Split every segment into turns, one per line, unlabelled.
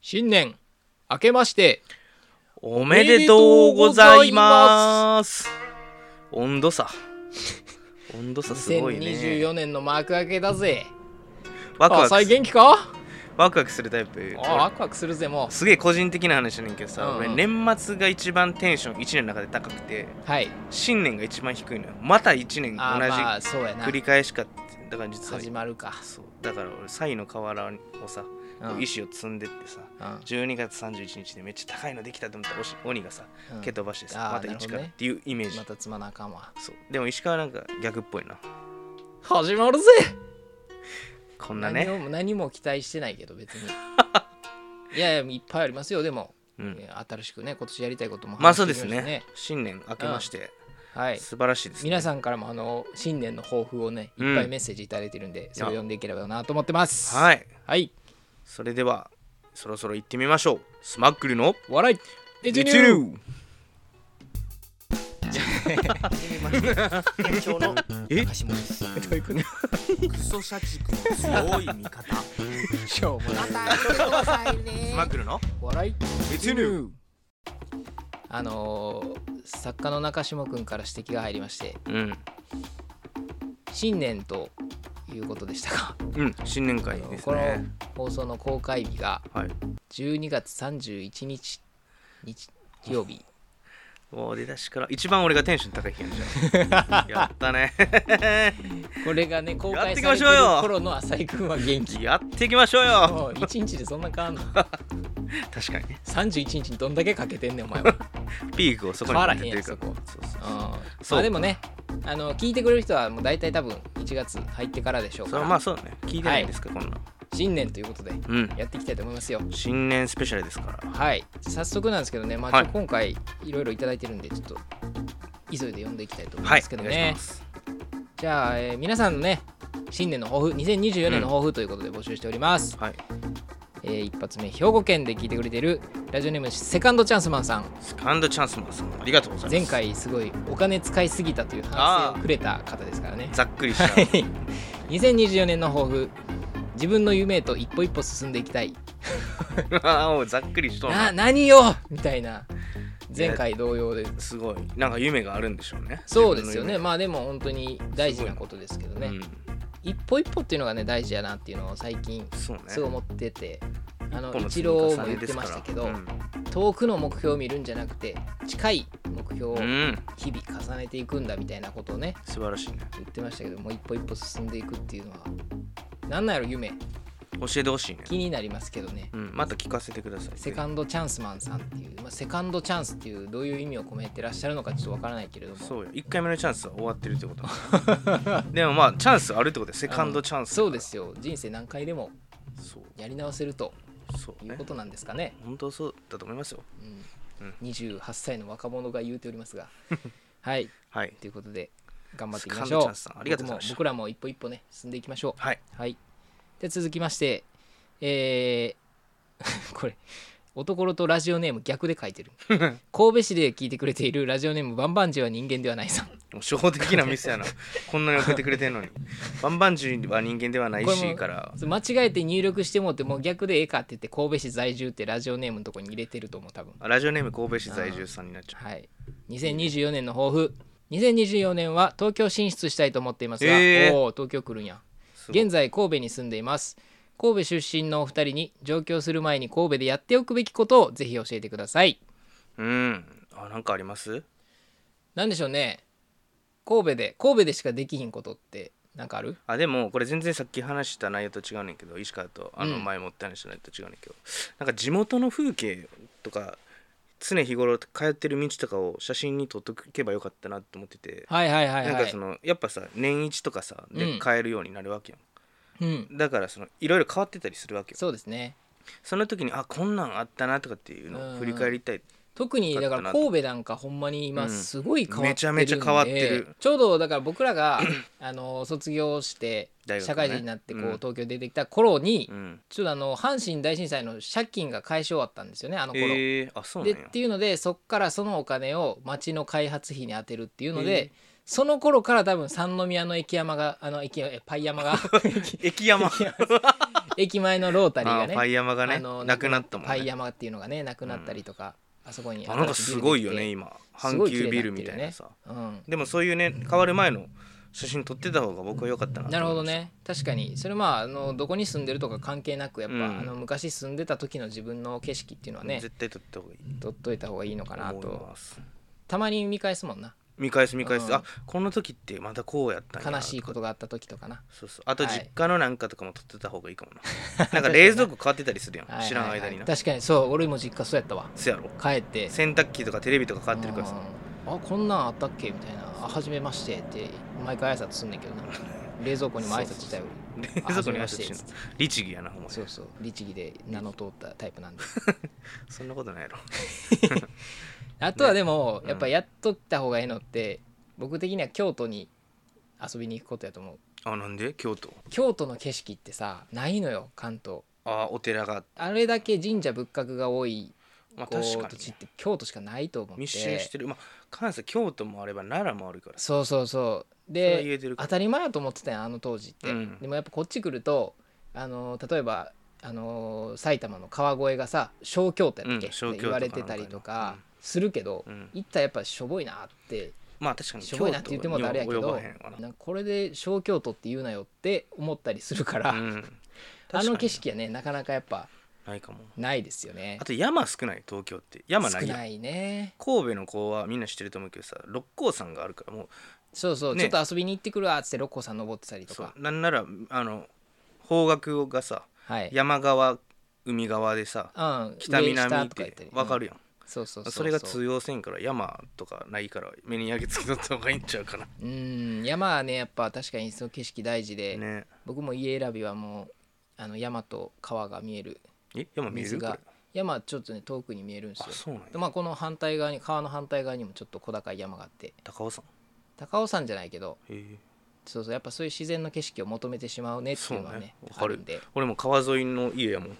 新年明けまして
おめでとうございます温度 差温度差すごいね
2024年の幕開けだぜ
ワクワ
あ
ク
最
す
元気か
ワクワクするタイプ
あワクワクするぜも
すげえ個人的な話やねんけどさ、
うんうん
俺年末が一番テンション1年の中で高くて
うはい
新年が一番低いのよまた1年
あーまあ
同
そうや
じ
な
繰り返しかってだから実は
始まるか、
そうだから俺サイの河原をさ、
うん
意思を積んでってさ
うん
12月31日でめっちゃ高いのできたと思ったらおし鬼がさ
うん
蹴飛ばしてさ
あー
また
なるほ
一
ど
か
ね
らっていうイメージ、
またつまなあかんわ
そうでも石川なんか逆っぽいな
始まるぜ
こんなね
何も何も期待してないけど別 にいやいやいっぱいありますよでも、
うん、
えー新しくね今年やりたいことも
まあ
話
そ
し
う
てき
です
まし
ね
た
新年明けまして、
はい
素晴らしいです、ね、
皆さんからもあの新年の抱負をね
うん
いっぱいメッセージ頂いてるんで、それを読んでいければなと思ってますい、
はい
はい、
それではそろそろ行ってみましょうスマックルの
笑い一
一
流
流
店長の
え
高島です。
クソ社畜の強い味方
しょうもない
スマックルの
笑い
一流
あのー作家の中島くんから指摘が入りまして
うん
新年ということでしたか、
うん新年
あ
会
の
です
この
ね
放送の公開日が
はい
12月31日日曜日
もう出だしから一番俺がテンション高い日やんじ ゃんやったね
これがね公
やっ
開
ていき
さ
ま
れ
してょうよ
る頃の浅井くんは元気
やっていきましょうよ
もう1日でそんな変 わんの
確かにね
31日にどんだけかけてんねんお前 は
ピークをそこに
変わらへ
持
んや
っ
ん
てというか
そこ
そうそう
うんま
そう
あでもねあの聞いてくれる人はもう大体多分1月入ってからでしょう
そ
か
れ
ら
はまあそうだね聞いてないんですか、こんな
新年ということで
うん
やっていきたいと思いますよ
新年スペシャルですから
はい早速なんですけどね、まあ
はい
ちょ今回いろいろいただいてるんでちょっと急いで読んでいきたいと思い
は
ま
い
すけ
お
ど
願いし
ね
ま、す
じゃあ、えー皆さんのね新年の抱負2024年の抱負ということで募集しております、
はい
えー一発目兵庫県で聞いてくれてるラジオネームセカンドチャンスマンさん
セカンドチャンスマンさんありがとうございます
前回すごいお金使いすぎたという反省をくれた方ですからね
ざっくりした
はい2024年の抱負自分の夢へと一歩一歩進んでいきたい
もうざっくりしとん
な
な
何よみたいな前回同様です
すごいなんか夢があるんでしょうね
そうですよね
自
まあでも本当に大事なことですけど
分の
ね、一
夢
歩一歩っていうのがね大事やなっていうのを最近
うん、そうね
すごい思ってて、あの
この
一
積み重
郎も言
ね
っ
で
て
す
ま
から
したけど、
うん
遠くの目標を見るんじゃなくて近い目標を
うん、
日々重ねていくんだみたいなことをね
素晴らしいね
言ってましたけどもう一歩一歩進んでいくっていうのは何なんやろ夢
教えてほしいね
気になりますけどね
うん、また聞かせてください
セカンドチャンスマンさんっていう、まあ、セカンドチャンスっていうどういう意味を込めてらっしゃるのかちょっとわからないけれども
そうよ1回目のチャンスは終わってるってこと でもまあチャンスあるってことでセカンドチャンス
そうですよ人生何回でも
そう
やり直せると
そう
いう
ね
ことなんですかね
本当そうだと思いますよ
うん28歳の若者が言うております がはい
はい
ということで頑張っていき
セカ
ま
ン
しょ
ド
う
チャンスさんありがとうございました
僕も僕らも一歩一歩ね進んでいきましょう
はい
はいで続きましてえー これ男とラジオネーム逆で書い てる神戸市で聞いてくれているラジオネームバンバンジーは人間ではない さん
もう初歩的な店やなこんなに送ってくれてんのにバンバンジーは人間ではない
これも
しから
そう間違えて入力してもってもう逆でええかって言って神戸市在住ってラジオネームのとこに入れてると思う多分
あラジオネーム神戸市在住さんになっちゃう
はい2024年の抱負2024年は東京進出したいと思っていますが、
えー
おお東京来るんや
すごい
現在神戸に住んでいます神戸出身のお二人に上京する前に神戸でやっておくべきことをぜひ教えてください
うんあなんかあります
なんでしょうね神戸で神戸でしかできひんことってなんかある
あでもこれ全然さっき話した内容と違うねんけど石川とあの
うん
前もって話した内容と違うねんけど、なんか地元の風景とか常日頃通ってる道とかを写真に撮っとけばよかったなと思ってて、
はいはいはい
なん
は
か
い
そのやっぱさ年一とかさ
うん
で買えるようになるわけやん、
うん
だからそのいろいろ変わってたりするわけよ
そうですね
その時にあこんなんあったなとかっていうのを振り返りたい、
特にだから神戸なんかほんまに
う
今
ん
すごい変わってるんで、
めちゃめちゃ変わってる
ちょうどだから僕ら があの卒業して
大学ね
社会人になってこう、
うん
東京出てきた頃に、
うん、
ちょっとあの阪神大震災の借金が返し終わったんですよねあの頃。
えー、あそうな
で
ん
っ
や
ていうのでそっからそのお金を町の開発費に充てるっていうので、
へえ
その頃 から多分三宮の駅山があの駅えパイ山が
駅山
駅前のロータリーが
あ
ね
パイ山がね
あの
なくなったもん
パイ
ね
山っていうのがねなくなったりとか、あそこに
あなんかすごいよね今
す
阪
ごい綺麗
急
になってるよね
ビルみたいなさ
うん
でもそういうね変わる前の写真撮ってた方が僕は良かったな
なるほど
ね
ね確かにそれまああのどこに住んでるとか関係なくやっぱ、
うん
あの昔住んでた時の自分の景色っていうのはね
絶対撮った方がいい
取っといた方がいいのかな
と思い
と
ます
たまに見返すもんな
見返す見返す、
うん
あこの時ってまたこうやったんや
悲しいことがあった時とかな
そうそうあと
はい
実家のなんかとかも撮ってた方がいいかも ななんか冷蔵庫変わってたりするやん、
はいはいはい
知らん間にな、
確かにそう俺も実家そうやったわ
そやろ
帰って
洗濯機とかテレビとか変わってるからさ
うんあこんなんあったっけみたいな「あ初めまして」って毎回挨拶すんねんけどな冷蔵庫にも挨拶したよ
冷
り
蔵
あ
庫に足し
初めまして
て
っ
ん
つ
の
って
律儀やなお前そ
そうそう律儀で名の通ったタイプなんで
んなことないやろ
あとはでも、
ね
やっぱやっとった方がいいのって僕的には京都に遊びに行くことやと思う
あなんで京都
京都の景色ってさないのよ関東
あお寺が、
あれだけ神社仏閣が多い
まあ、
こう
確か
土地
に
って京都しかないと思って
密集してるまあ関西京都もあれば奈良もあるから
そうそうそう
それは言
で
えてるか
当
ら
たり前やと思ってたやんあの当時って、
うん
でもやっぱこっち来るとあのー例えばあのー埼玉の川越がさ小京都やったっけ、
うん小京都
言われてたりと
なんか
か
ねうん
するけど、
うん
行ったらやっぱしょぼいなって
まあ確かに
しょぼいなって言ってもあれやけ
京都に
ど
は及ばへんわな
なんかこれで小京都って言うなよって思ったりするから、
うん、
あ
確か
の
に
景色はねなかなかやっぱ
ないかも
ないですよね
あと山少ない東京って山ない
少
やん
ないね
神戸の子はみんな知ってると思うけどさ六甲山があるからもう
そうそう、
ね
ちょっと遊びに行ってくるわっつって六甲山登ってたりと
そう
か
なんならあの方角がさ
はい
山側海側でさ
うん、
北
上下
南っ
とか言った
て
り
分かる
よ、
やん、
うんそうそうそうう
それが通用せんから山とかないから目に焼き付けとった方がいいんちゃうかな
うん山はねやっぱ確かにその景色大事で、
ね
僕も家選びはもうあの山と川が見える
え山見え
水
るこ
が
れ
山ちょっとね遠くに見えるんですよ
あそうなんや
でまあこの反対側に川の反対側にもちょっと小高い山があって
高尾山
高尾山じゃないけど
へえ
そうそうやっぱそういう自然の景色を求めてしまうねって
そ
いううのはね
ね分
あ
か
る
る
んで
俺も川沿いの家やもん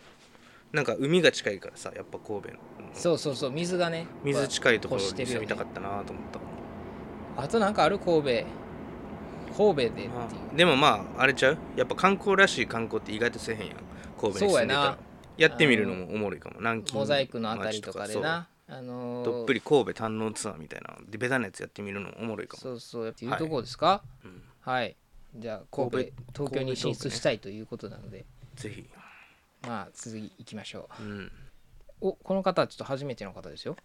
なんか海が近いからさやっぱ神戸の
そうそうそう水がね
水近いところに
欲してる
住
よ
み
ね
たかったなと思った、
あとなんかある神戸神戸でっていう
まあでもまああれちゃうやっぱ観光らしい観光って意外とせえへんやん神戸
そ
に住んでた
うや
ら
な
やってみるのもおもろいかも南京
モザイクのあたりとかでなあ
そ
の
う
ー
どっぷり神戸堪能ツアーみたいなでベタなやつやってみるのもおもろいかも
そうそうっていうところですか
うん
はい、じゃあ神戸
神
東京に進
神戸トーク
出
ね
したいということなので、
ぜひ、
まあ続きいきましょ
うん、
うおこの方はちょっと初めての方ですよ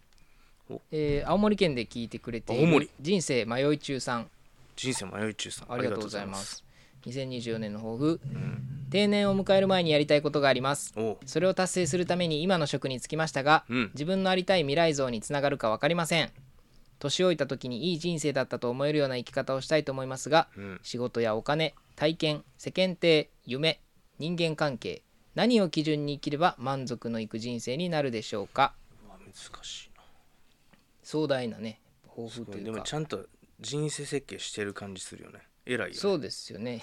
お、
えー青森県で聞いてくれてい
青
る
森
人生迷い中さん
人生迷い中さん
ありがとうございます2024年の抱負
ありがとうございます
定年を迎える前にやりたいことがあります
うんおう
それを達成するために今の職に就きましたが、
うん
自分のありたい未来像につながるか分かりません年老いた時にいい人生だったと思えるような生き方をしたいと思いますが、
うん
仕事やお金体験世間体夢人間関係何を基準に生きれば満足のいく人生になるでしょうか
うわ難しいな
壮大なね抱負
す
と
ごい
い
で
う
も
か
ちゃんと人生設計してる感じするよね偉いよね
そうですよね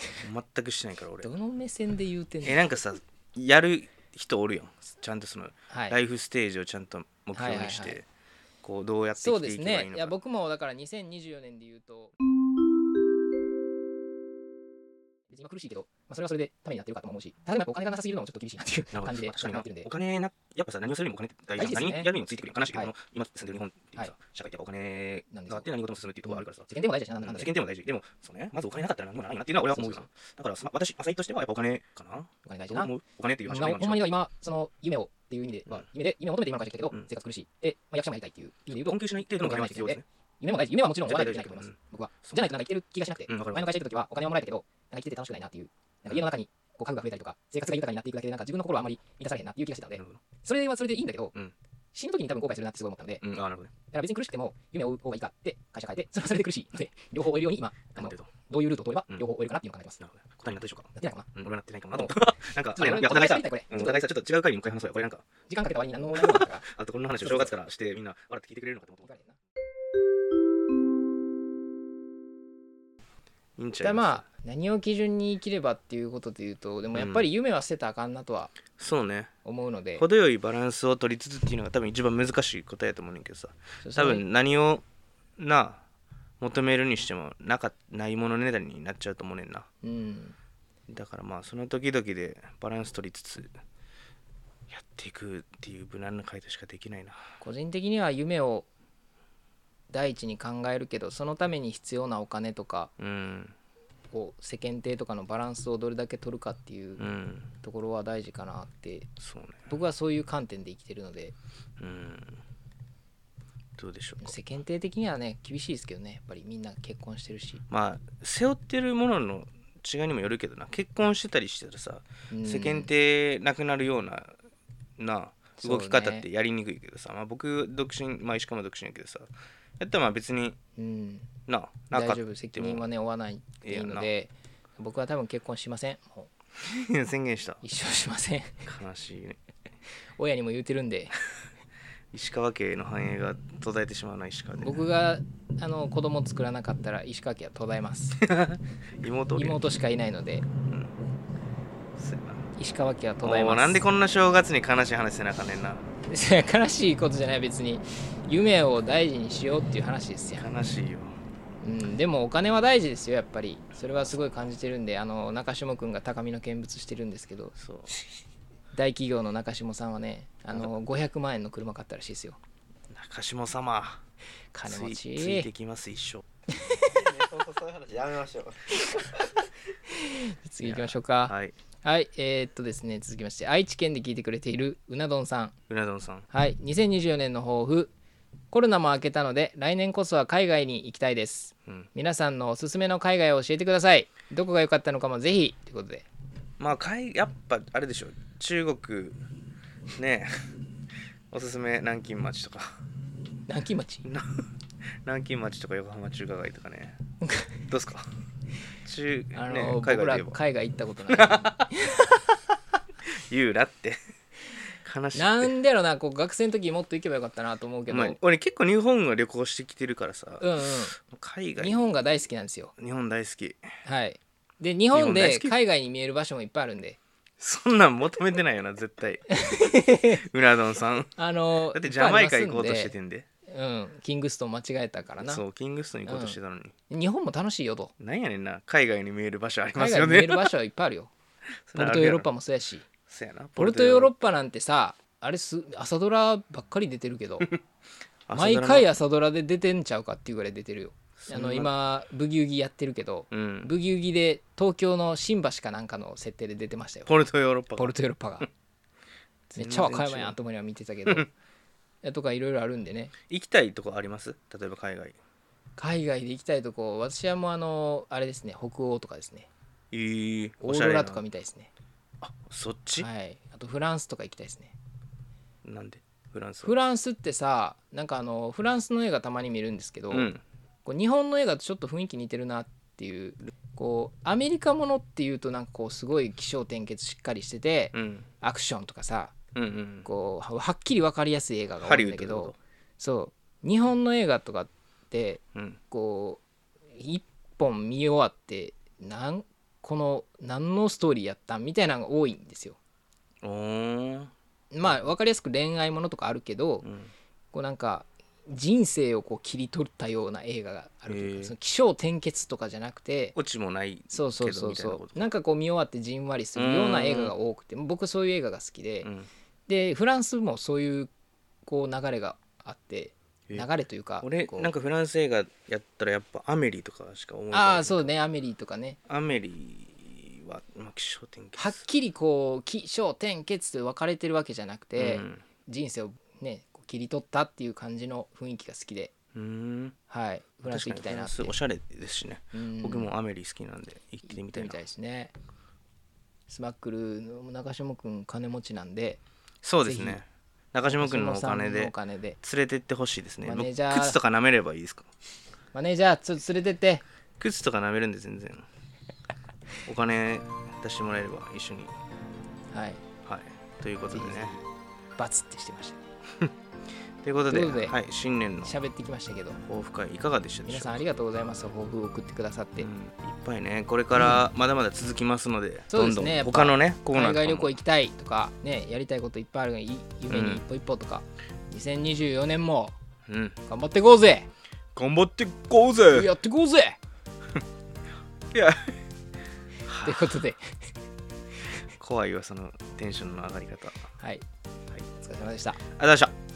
全くしてないから俺
どの目線で言うてんの
えなんかさやる人おるやんちゃんとその
はい
ライフステージをちゃんと目標にして、
はいはいはい
こうどうやって
そ
生
う
き
です
ていけばいい
ね
のか
いや僕もだから2024年で言うと別に今苦しいけど、まあ、それはそれでためになってるかとも思うし例えばお金がなさすぎるのもちょっと厳しいなっていう
なるほど
感じで
確かに
な
な
ってるんで
お金なやっぱさ何をするにもお金って大事
大事ですね
何やるにもついてくるよ話だけど、
はい
今住んでる日本っていうさ、
は
社会ってやっぱお金
なんです
が
よ
あって何事も進むっていうところがあるからさ、
世間でも大事だしな
う
なんんだかんだ
世間体も大事でもそうねまずお金なかったら何もないなっていうのは俺は思うか
そう
らだからま私浅井としてはやっぱお金かな
お金大事だ
と
な
思うお金っていう話
なほんまに
に
だ今、その夢をっていう意味では、
うん
夢で、夢を求めて今の会社来たけど、
うん
生活苦しい。で、まあ、役者もなりたいっていう意味で言う
困
と、
窮しない程度のお金は必要ですね
夢も大事、夢はもちろん笑いできないと思います、
うん
僕は。
そう
じゃないとなんか生きてる気がしなくて、
うんわかる
前の会社行った時はお金はもらえたけど、なんか生きてて楽しくないなっていう、なんか家の中にこう家具が増えたりとか、生活が豊かになっていくだけで、なんか自分の心はあまり満たされへんなっていう気がしてたので
なる、ほど
それはそれでいいんだけど、
うん
死ぬ時に多分後悔するなってすごい思ったので、だ
うんあなるほどね
から別に苦しくても夢を追う方がいいかって会社変えて、それはそれで苦しいので、両方追えるように今、あ
頑
の
張ってると
どういうルートを取れば
うん
両方追えるかなっていうのを考えてます。
なるほどね答えになったでしょうか
やってないかな
うん俺はなってないかもなと思ったなんか
ちょ
あ
っ
れ
と
やな
俺
いやお互いさ
ちょっとやりた
う
い
ん
これ
お互いさちょっと違う回にも回話そうよこれなんか
時間かけた割に何の悩みもなかったから、
あとこの話を正月からしてみんな笑って聞いてくれるのかと思っ
い
た
かれへんな
いいんち
じゃあ
ゃい
まあ何を基準に生きればっていうことで言うとでもやっぱり夢は捨てたらあかんなとは
そうね
思うので、
程よいバランスを取りつつっていうのが多分一番難しい答えだと思うねんけどさ
そうそ
多
れ
分何をな求めるにしてもなかないものねだりになっちゃうと思うねんな
うん
だからまあその時々でバランス取りつつやっていくっていう無難な回答しかできないな
個人的には夢を第一に考えるけどそのために必要なお金とか
うん
こう世間体とかのバランスをどれだけ取るかっていう
うん
ところは大事かなって
そうね
僕はそういう観点で生きてるので
うんどうでしょうか
世間体的にはね厳しいですけどねやっぱりみんな結婚してるし、
まあ背負ってるものの違いにもよるけどな結婚してたりしてたらさ
うん
世間体なくなるようなな
そうね
動き方ってやりにくいけどさ、まあ、僕独身まあ石川も独身やけどさやったらまあ別に
うん
なな
大
かっ
丈夫責
て
任は
も
ね負わないでいいので僕は多分結婚しませんもう
宣言した
一生しません
悲しいね
親にも言うてるんで
石川家の繁栄が途絶えてしまうな石川で
僕があの子供作らなかったら石川家は途絶えます
妹おるやん
妹しかいないので
そうやな
石川家は途
お
絶えま
ー
す
なんでこんな正月に悲しい話せなあかんねんな
悲しいことじゃない別に夢を大事にしようっていう話ですよ、
悲しいよ
うん、でもお金は大事ですよやっぱりそれはすごい感じてるんであの中島君が高みの見物してるんですけど
そう
大企業の中島さんはねあの500万円の車買ったらしいですよ
中島様
金持
ついついて
ち
きます一生
そういう話やめましょう
次行きましょうか
はい
はい、えーっとですね、続きまして、愛知県で聞いてくれているうなどんさん。
うな丼さん
はい、2024年の抱負。コロナも明けたので、来年こそは海外に行きたいです。
うん
皆さんのおすすめの海外を教えてください。どこが良かったのかもぜひ。ということで、
まあ海やっぱあれでしょ中国ね えおすすめ南京町とか
南京町
な南京町とか横浜中華街とかねどうっすか中、
あの、
ね、海
僕
外
ら
で言えば
海外行ったことない。
言うなって 悲しいって
なんだろうな、こう学生の時もっと行けばよかったなと思うけど、
ま
う
あ
ん
俺結構日本を旅行してきてるからさ、
うん。
海外
日本が大好きなんですよ。
日本大好き
はい。で、日本
日本大
で
好き
海外に見える場所もいっぱいあるんで、
そんなん求めてないよな絶 対うな丼さん
あの、
だってジャマイカ
いっ
行
ぱいあ
こう
り
と
ま
し
すん
て
で
てんで
うん、キングストン間違えたからな。
そうキングストン行こうとしてたのに、
日本も楽しいよと。
なんやねんな海外に見える場所ありま
海
す
外
よ
に見え
ね
る場所はいっぱいあるよ。ポルト
それある
ヨ
や
ー
ろ
ロッパもそうやし。
そうやな
ポルトヨーロッ
パ
パなんてさ、あれす朝ドラばっかり出てるけど、
朝ドラ
毎
の
回朝ドラで出てんちゃうかっていうぐらい出てるよ。
そん
あ
な
の今、ブギウギやってるけど、
うん
ブギウギで東京の新橋かなんかの設定で出てましたよ。
ポルトヨーロッパ
ポルトヨーロッパが。めっちゃ和歌山やんと思いながら見てたけど。えとかいろいろあるんでね。
行きたいとこあります例えば海外
海外で行きたいとこ、私はもうあの、あれですね、北欧とかですね。
えー、
オ
お
ー
しゃ
ロ
れな
ラとか見たいですね。
あそっち、
はい。あとフランスとか行きたいですね。
なんでフランス
フランスってさなんかあのフランスの映画たまに見るんですけど、
うん
こう日本の映画とちょっと雰囲気似てるなっていうこうアメリカものっていうとなんかこうすごい起承転結しっかりしてて、
うん
アクションとかさ
うんうん
こうははっきり分かりやすい映画が
ハ
多
リ
い
ウ
ん
ッド
だ
っ
け
てこ
どそう日本の映画とかって
とうん
こう一本見終わってなんこの何のストーリーやったんみたいなのが多いんですよ。
おー
まあ分かりやすく恋愛ものとかあるけど、
うん
こうなんか人生をこう切り取ったような映画があるという
へ
か
え
その起承転結とかじゃなくて
オチもない
そうそうそ
けど
う
みたいなこ
そ
と
うなんかこう見終わってじんわりするような映画が多くて僕そういう映画が好きで、
うん
でフランスもそういうこう流れがあって
え
流れというか
俺
こう
なんかフランス映画やったらやっぱアメリとかしか思い浮かばない
ああそうねアメリーとかね
アメリは、まあ、気象点
はっきりこう起承転結で分かれてるわけじゃなくて、
うん
人生をねこう切り取ったっていう感じの雰囲気が好きで
うん
はいフランス行きたいなって
確かにフランスおしゃれですしね、
うん
僕もアメリ好きなんで行って
行っ
み
て
たい
み
な
たいですねスマックルの中島君金持ちなんで
そうですね中島君のお
中島さん
金で
のお
連
金で
れてってほしいですね
マ
僕
ネージャー
靴とか舐めればいいですか
マネージャーちょっと連れてって
靴とか舐めるんで全然お金出してもらえれば一緒に
はい
はいということでね
ぜひぜバツってしてました
ということで
ということで
はい、新年の
喋ってきましたけど
抱負会いかがでしたでしょ
皆
う
さ
か
んありがとうございます抱負を送ってくださって、
うんいっぱいねこれからまだまだ続きますので、
そうですね
どんど
やっ
ん
ぱ
他のねコーナー
海
とか
外
も
旅行行きたいとかねやりたいこといっぱいあるのにい夢に一歩一歩とか、2024年も
うん、
頑張っていこうぜ
頑張ってこうぜ
やっていこうぜ
いや
ということで怖いわそのテンションの上がり方ありがとう
はい、お疲れ様でした
ございました